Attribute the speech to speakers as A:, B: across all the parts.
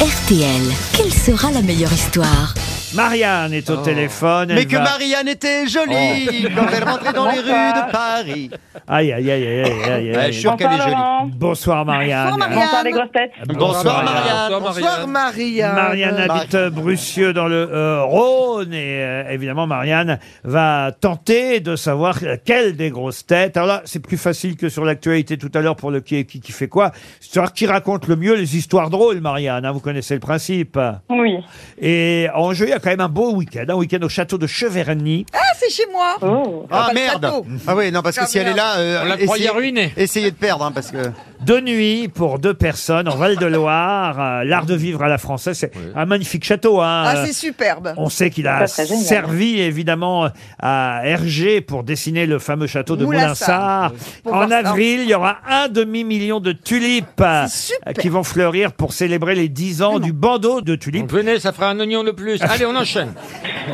A: RTL, quelle sera la meilleure histoire
B: Marianne est au téléphone.
C: Mais
B: elle
C: que
B: va-
C: Marianne était jolie quand elle rentrait dans les rues de Paris.
B: Aïe, aïe, aïe, aïe, aïe, aïe,
C: Ouais,
B: aïe.
C: je suis sûr qu'elle est jolie.
B: Bonsoir Marianne.
D: Bonsoir les grosses têtes.
C: Bonsoir Marianne.
E: Bonsoir Marianne.
B: Marianne
C: Mar-
B: habite euh, Brucieux dans le euh, Rhône et euh, évidemment Marianne va tenter de savoir euh, quelle des grosses têtes. Alors là, c'est plus facile que sur l'actualité tout à l'heure pour le qui est qui qui fait quoi. C'est savoir qui raconte le mieux les histoires drôles, Marianne. hein, vous connaissez le principe.
D: Oui.
B: Et en jeu, il y a quand même un beau week-end, un week-end au château de Cheverny.
E: Ah, c'est chez moi.
D: Oh.
C: Ah
E: pas le
C: merde.
E: plateau.
C: Ah oui, non, parce que
E: Ah,
C: si elle est là, euh,
F: On la croyait
C: essayez,
F: ruinée.
C: essayez de perdre, hein, parce que.
B: Deux nuits pour deux personnes en Val-de-Loire. euh, L'art de vivre à la française, c'est un magnifique château. Hein,
E: Ah,
B: euh,
E: c'est superbe.
B: On sait qu'il a
D: Ça serait génial.
E: hein.
B: servi évidemment à Hergé pour dessiner le fameux château de
E: Moulinsart.
B: Moulinsart.
E: Pour voir
B: En
E: ça.
B: avril, il y aura un demi-million de tulipes euh,
E: super.
B: qui vont fleurir pour célébrer les 10 ans du bandeau de tulipes
F: Venez, ça fera un oignon de plus. Allez, on enchaîne.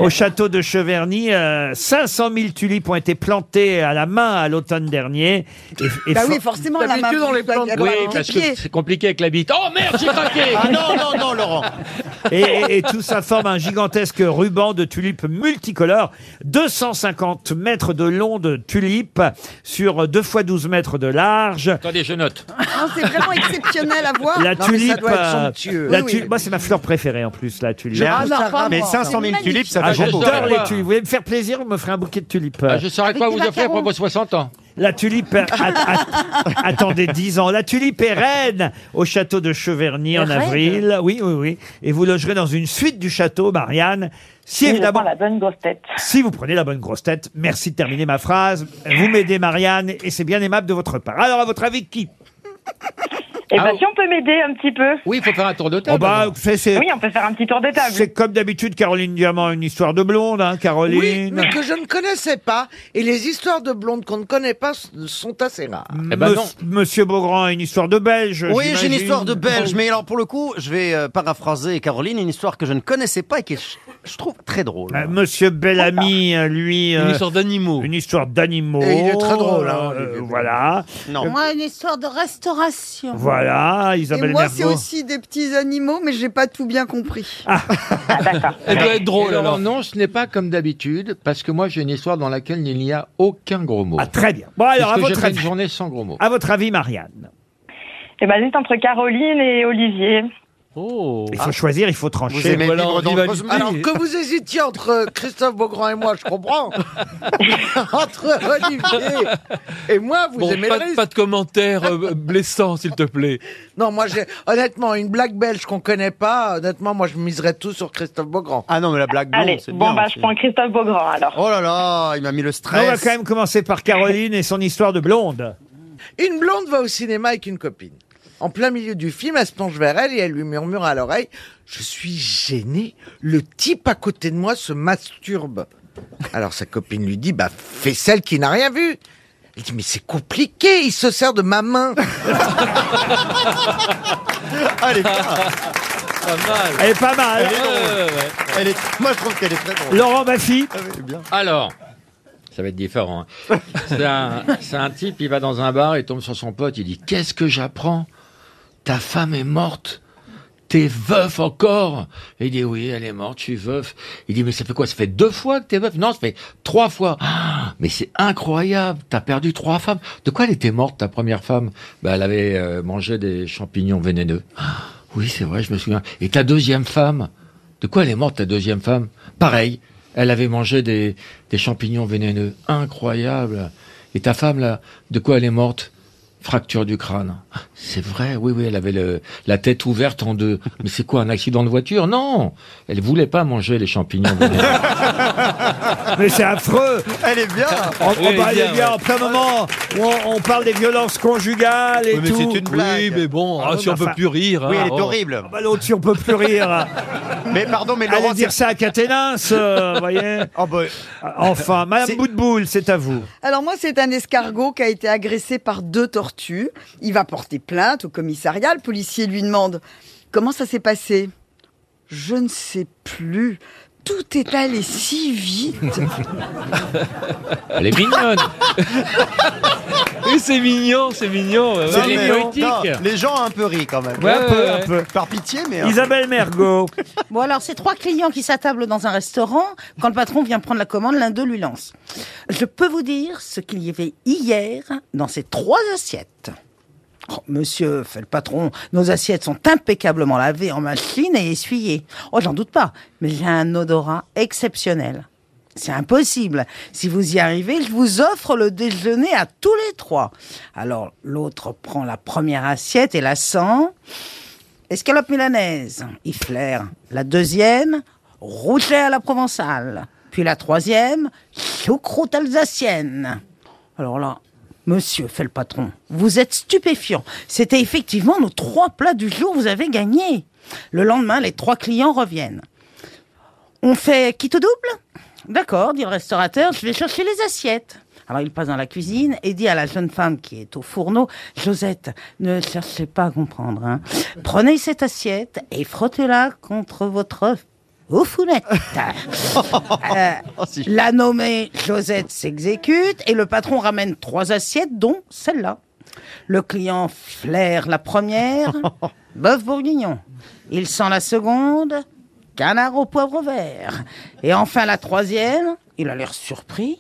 B: au château de Cheverny. euh, 500 000 tulipes ont été plantées à la main à l'automne dernier. Et, et
E: Bah
B: fo-
E: oui, forcément, la main.
F: D'habitude, on les
E: doit-
F: plante.
E: elle doit
F: Oui,
E: avec les
F: parce
E: pieds.
F: que c'est compliqué avec la bite. Oh merde, j'ai craqué
C: Ah non, non, non, Laurent.
B: et, et- et tout ça forme un gigantesque ruban de tulipes multicolores, 250 mètres de long de tulipes sur 2 fois 12 mètres de large.
F: Attendez, je note.
E: Non, Hein, c'est vraiment exceptionnel à voir.
B: La
E: Ah, Non, mais
B: tulipe.
E: ça doit être
B: euh,
E: somptueux.
B: la
E: Oui,
B: tu-
E: oui.
B: Moi, c'est ma fleur préférée en plus, la tulipe.
E: Ah, non, pas
C: mais
E: moi.
C: 500 000 tulipes, ça
B: Ah,
C: fait beaucoup.
B: j'adore les
F: Wow.
B: tulipes. Vous voulez me faire plaisir, vous me ferez un bouquet de tulipes.
F: Ah, je saurais quoi vous offrir pour vos 60 ans.
B: La tulipe, a- a- a- attendez 10 ans. La tulipe est reine au château de Cheverny en
D: reine
B: avril. Oui, oui, oui. Et vous logerez dans une suite du château, Marianne.
E: Oh,
B: Si
D: Je prends
B: évidemment,
D: la bonne grosse tête.
B: si vous prenez la bonne grosse tête, merci de terminer ma phrase. Vous m'aidez, Marianne, et c'est bien aimable de votre part. Alors, à votre avis, qui
D: Eh
F: Ah
D: ben,
F: oui.
D: si on peut m'aider un petit peu.
F: Oui, il faut faire un tour de
B: Oh
F: table.
B: bah,
F: alors.
B: c'est- c'est
D: Oui, on peut faire un petit tour de
B: c'est
D: table.
B: comme d'habitude, Caroline Diamant, une histoire de blonde, hein, Caroline.
E: Oui, mais que je ne connaissais pas. Et les histoires de blondes qu'on ne connaît pas s- sont assez rares.
F: Eh ben non.
B: Monsieur Beaugrand a une histoire de Belge.
C: Oui, j'ai une
B: j'imagine.
C: histoire de Belge, mais alors pour le coup, je vais euh, paraphraser Caroline, une histoire que je ne connaissais pas et qui est, je, je trouve très drôle.
B: Euh, Monsieur Bellamy, euh, lui, euh,
F: Une histoire d'animaux.
B: une histoire d'animaux.
C: Et il est très drôle, hein,
B: Euh,
C: Olivier.
B: voilà,
C: Non.
G: Moi, une histoire de restauration.
B: Mmh. voilà,
E: Et
B: Isabelle
E: moi, c'est
B: Mergo.
E: aussi des petits animaux, mais j'ai pas tout bien compris.
D: Ah, d'accord.
F: Elle doit être drôle. Alors non, ce n'est pas comme d'habitude, parce que moi j'ai une histoire dans laquelle il n'y a aucun gros mot.
B: Ah, très bien. Bon, alors, à
F: Puisque j'ai
B: votre,
F: fait une
B: avis,
F: journée sans gros mots.
B: à votre avis, Marianne,
D: Eh ben, juste entre Caroline et Olivier.
F: Oh.
B: il faut choisir, il faut
C: Vous
B: trancher.
C: aimez
E: voilà,
C: vivre
E: on
C: dans le cosmos
E: Alors que vous hésitiez entre euh, Christophe Beaugrand et moi, je comprends. entre Olivier et moi, vous
H: Bon,
E: aimez
H: pas,
E: le risque.
H: pas de commentaires euh, blessants, s'il te plaît.
E: Non, moi, j'ai honnêtement, une blague belge qu'on connaît pas, honnêtement, moi, je miserais tout sur Christophe Beaugrand.
C: Ah non, mais la blague blonde,
D: Allez,
C: c'est
D: bon,
C: bien
D: bah,
C: aussi.
D: je prends Christophe Beaugrand alors.
C: Oh là là, il m'a mis le
B: On va
C: stress.
B: quand même commencer par Caroline et son histoire de blonde.
E: Une blonde va au cinéma avec une copine. En plein milieu du film, elle se penche vers elle et elle lui murmure à l'oreille Je suis gênée, le type à côté de moi se masturbe. Alors sa copine lui dit Bah, fais celle qui n'a rien vu. Elle dit Mais c'est compliqué, il se sert de ma main.
C: Elle est bien,
H: Pas mal.
B: Elle est pas mal.
C: Elle est drôle.
F: Euh,
H: Ouais, ouais, ouais.
C: elle est- Moi, je trouve qu'elle est très drôle.
B: Laurent Baffy,
C: Ah oui, elle est bien.
F: Alors, ça va être différent. hein. C'est un, c'est un type, il va dans un bar, il tombe sur son pote, il dit Qu'est-ce que j'apprends Ta femme est morte T'es veuf encore Et Il dit Oui, elle est morte, je suis veuf. Il dit Mais ça fait quoi Ça fait deux fois que t'es veuf Non, ça fait trois fois. Ah, mais c'est incroyable T'as perdu trois femmes. De quoi elle était morte, ta première femme bah, Elle avait euh, mangé des champignons vénéneux. Ah, oui, c'est vrai, je me souviens. Et ta deuxième femme de quoi elle est morte, ta deuxième femme Pareil, elle avait mangé des, des champignons vénéneux. Incroyable. Et ta femme, là, de quoi elle est morte Fracture du crâne. Ah, C'est vrai, oui, oui, elle avait le- la tête ouverte en deux. Mais c'est quoi, un accident de voiture Non Elle voulait pas manger les champignons vénéneux.
B: mais c'est affreux.
C: Elle est bien.
B: On,
H: Oui,
B: on parle
H: bien,
B: des gars
H: ouais.
B: en plein moment où on, on parle des violences conjugales et
H: Oui, mais
B: tout.
H: c'est une blague. Oui, mais bon,
B: Ah
H: ah,
B: oui,
H: si on
B: mais
H: peut
B: enfin-
H: plus rire.
C: Oui,
H: hein,
C: elle est
H: oh.
C: horrible.
B: Bah, L'autre, si on peut plus rire.
C: Mais pardon, mais Laurent,
B: Allez dire
C: c'est-
B: ça à Caténins, euh, voyez.
C: Oh, bah,
B: Enfin, Madame
C: C'est-
B: Boutboul, c'est à vous.
G: Alors moi, c'est un escargot qui a été agressé par deux tortues. Il va porter plainte au commissariat. Le policier lui demande comment ça s'est passé. Je ne sais plus. tout est allé si vite.
F: Elle est mignonne.
H: Oui, c'est mignon, c'est mignon. ouais,
F: C'est
H: ouais.
F: les
C: mais-
F: poétiques.
C: non, les gens ont un peu ri quand même.
H: Ouais,
B: un peu,
H: ouais,
B: un
H: ouais.
B: peu.
C: Par pitié, mais. hein.
B: Isabelle Mergot.
I: Bon, alors, c'est trois clients qui s'attablent dans un restaurant. Quand le patron vient prendre la commande, l'un d'eux lui lance. Je peux vous dire ce qu'il y avait hier dans ces trois assiettes. Oh, monsieur, fait le patron, nos assiettes sont impeccablement lavées en machine et essuyées. Oh, j'en doute pas, mais j'ai un odorat exceptionnel. C'est impossible. Si vous y arrivez, je vous offre le déjeuner à tous les trois. Alors, l'autre prend la première assiette et la sent. Escalope milanaise, il flaire. La deuxième, rouget à la provençale. Puis la troisième, choucroute alsacienne. Alors là, monsieur, fait le patron, vous êtes stupéfiant. C'était effectivement nos trois plats du jour, vous avez gagné. Le lendemain, les trois clients reviennent. On fait quitte au double D'accord, dit le restaurateur, je vais chercher les assiettes. Alors il passe dans la cuisine et dit à la jeune femme qui est au fourneau, Josette, ne cherchez pas à comprendre. hein. Prenez cette assiette et frottez-la contre votre fournette.
C: Oh, si.
I: La nommée Josette s'exécute et le patron ramène trois assiettes, dont celle-là. Le client flaire la première, bœuf bourguignon. Il sent la seconde, canard au poivre vert. Et enfin la troisième, il a l'air surpris,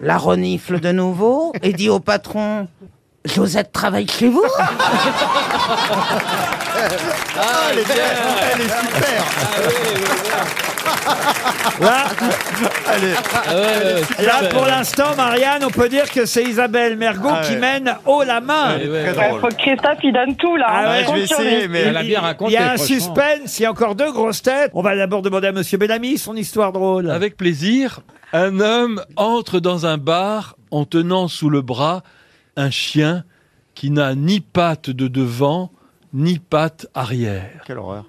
I: la renifle de nouveau et dit au patron Josette travaille chez vous
C: Ah, elle est belle, elle est super. Ah.
B: Là,
C: Elle est-
H: Ah ouais, ouais, ouais, c'est
B: là
H: super.
B: pour l'instant, Marianne, on peut dire que c'est Isabelle Mergot
C: Ah
B: qui
C: ouais.
B: mène haut la main.
H: Ouais, ouais.
C: Très
D: Ouais,
C: Oh, drôle.
D: faut que Christophe, il donne tout, là.
B: Ah
D: On
B: ouais, je
D: compte
C: vais
D: sur
C: essayer,
D: lui.
C: mais-
F: Elle a bien
B: Il
F: raconté.
B: y a un
F: franchement.
B: suspense, il y a encore deux grosses têtes. On va d'abord demander à Monsieur Bellamy son histoire drôle.
C: Ah,
H: Avec plaisir, un homme entre dans un bar en tenant sous le bras un chien qui n'a ni patte de devant ni patte arrière.
C: Quelle horreur.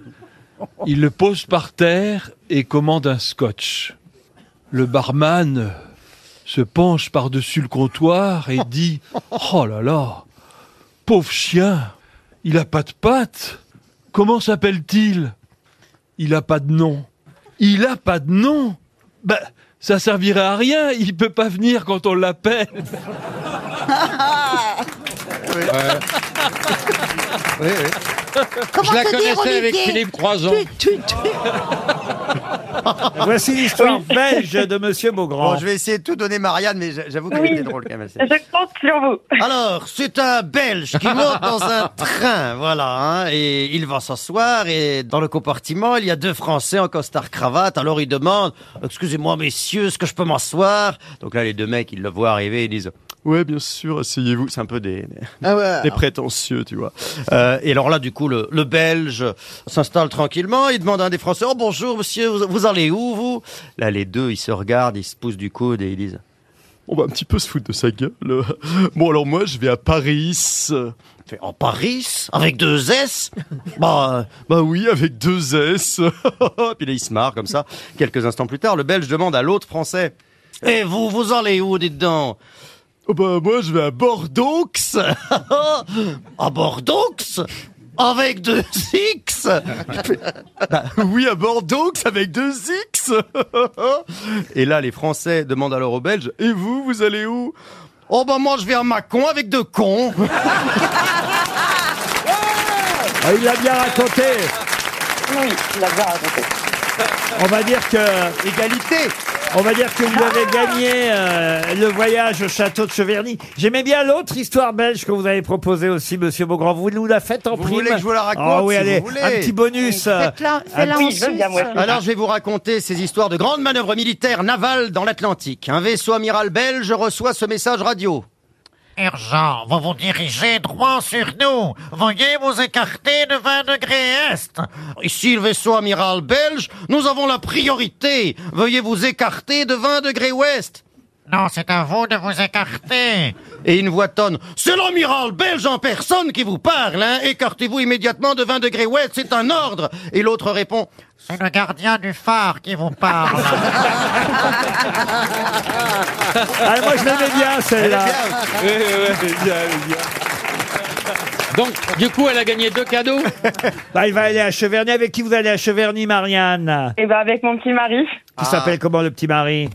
H: Il le pose par terre et commande un scotch. Le barman se penche par-dessus le comptoir et dit Oh là là, pauvre chien, il a pas de pattes. Comment s'appelle-t-il Il a pas de nom. Il a pas de nom Bah, ça servirait à rien, il peut pas venir quand on l'appelle.
I: Comment
F: Je la
I: te dire,
F: connaissais avec
I: Olivier
F: Philippe Croison.
I: Tu- tu- tu-
B: Voici l'histoire belge de Monsieur Beaugrand.
C: Bon, je vais essayer de tout donner Marianne, mais j'a- j'avoue qu'elle
D: Oui.
C: était drôle quand même. celle-ci.
D: Je compte sur vous.
C: Alors, c'est un Belge qui monte dans un train, voilà, hein, et il va s'asseoir, et dans le compartiment, il y a deux Français en costard-cravate, alors il demande, excusez-moi messieurs, est-ce que je peux m'asseoir Donc là, les deux mecs, ils le voient arriver, ils disent, ouais, bien sûr, asseyez-vous, c'est un peu des,
E: Ah ouais.
C: des prétentieux, tu vois. Euh, et alors là, du coup, le, le Belge s'installe tranquillement. Il demande à un des Français Oh bonjour, monsieur, vous, vous allez où, vous Là, les deux, ils se regardent, ils se poussent du coude et ils disent
J: On va un petit peu se foutre de sa gueule. Bon, alors moi, je vais à Paris. euh,
C: Fait, En Paris Avec deux S Bah, euh,
J: Bah oui, avec deux S.
C: Puis là, il se marre comme ça. Quelques instants plus tard, le Belge demande à l'autre Français Et vous, vous allez où, dites donc
J: Oh, bah moi, je vais à Bordeaux.
C: À Bordeaux Avec deux X bah,
J: Oui, à Bordeaux, avec deux X.
C: Et là, les Français demandent alors aux Belges
J: Et vous, vous allez où
C: Oh bah moi je vais à Macon avec deux cons
B: Ah, il l'a bien raconté.
D: Oui, il a bien raconté.
B: On va dire que,
C: Égalité
B: on va dire que vous avez gagné euh, le voyage au château de Cheverny. J'aimais bien l'autre histoire belge que vous avez proposée aussi, Monsieur Beaugrand. Vous nous la faites en
C: Vous
B: prime.
C: voulez que je vous la raconte,
B: Ah oui,
C: si
B: allez,
C: vous voulez.
B: un petit bonus. euh,
I: Faites-la- fais-la
D: Ah Oui,
I: en
D: je veux bien,
I: Suisse.
D: moi.
C: Alors, je vais vous raconter ces histoires de grandes manœuvres militaires navales dans l'Atlantique. Un vaisseau amiral belge reçoit ce message radio.
J: Urgent, vous vous dirigez droit sur nous. Veuillez vous écarter de 20 degrés Est.
C: Ici le vaisseau amiral belge, nous avons la priorité. Veuillez vous écarter de 20 degrés ouest.
J: Non, c'est à vous de vous écarter.
C: Et une voix tonne. C'est l'amiral belge en personne qui vous parle, hein. Écartez-vous immédiatement de 20 degrés ouest, c'est un ordre. Et l'autre répond.
J: C'est le gardien du phare qui vous parle.
B: Ah, moi, je l'aimais bien,
C: Elle est
B: celle-là.
C: bien.
H: Ouais, ouais, ouais, bien, bien.
F: Donc, du coup, elle a gagné deux cadeaux
B: Bah, il va aller à Cheverny. Avec qui vous allez à Cheverny, Marianne
D: Et ben avec mon petit mari,
B: Qui s'appelle comment le petit mari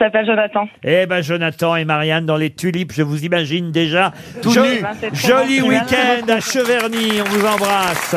D: il s'appelle Jonathan.
B: Eh ben, Jonathan et Marianne dans les tulipes, je vous imagine déjà.
D: Tout
B: Jo-
D: nu. Ben, c'est trop
B: Joli
D: gentil,
B: week-end à Cheverny, on vous embrasse.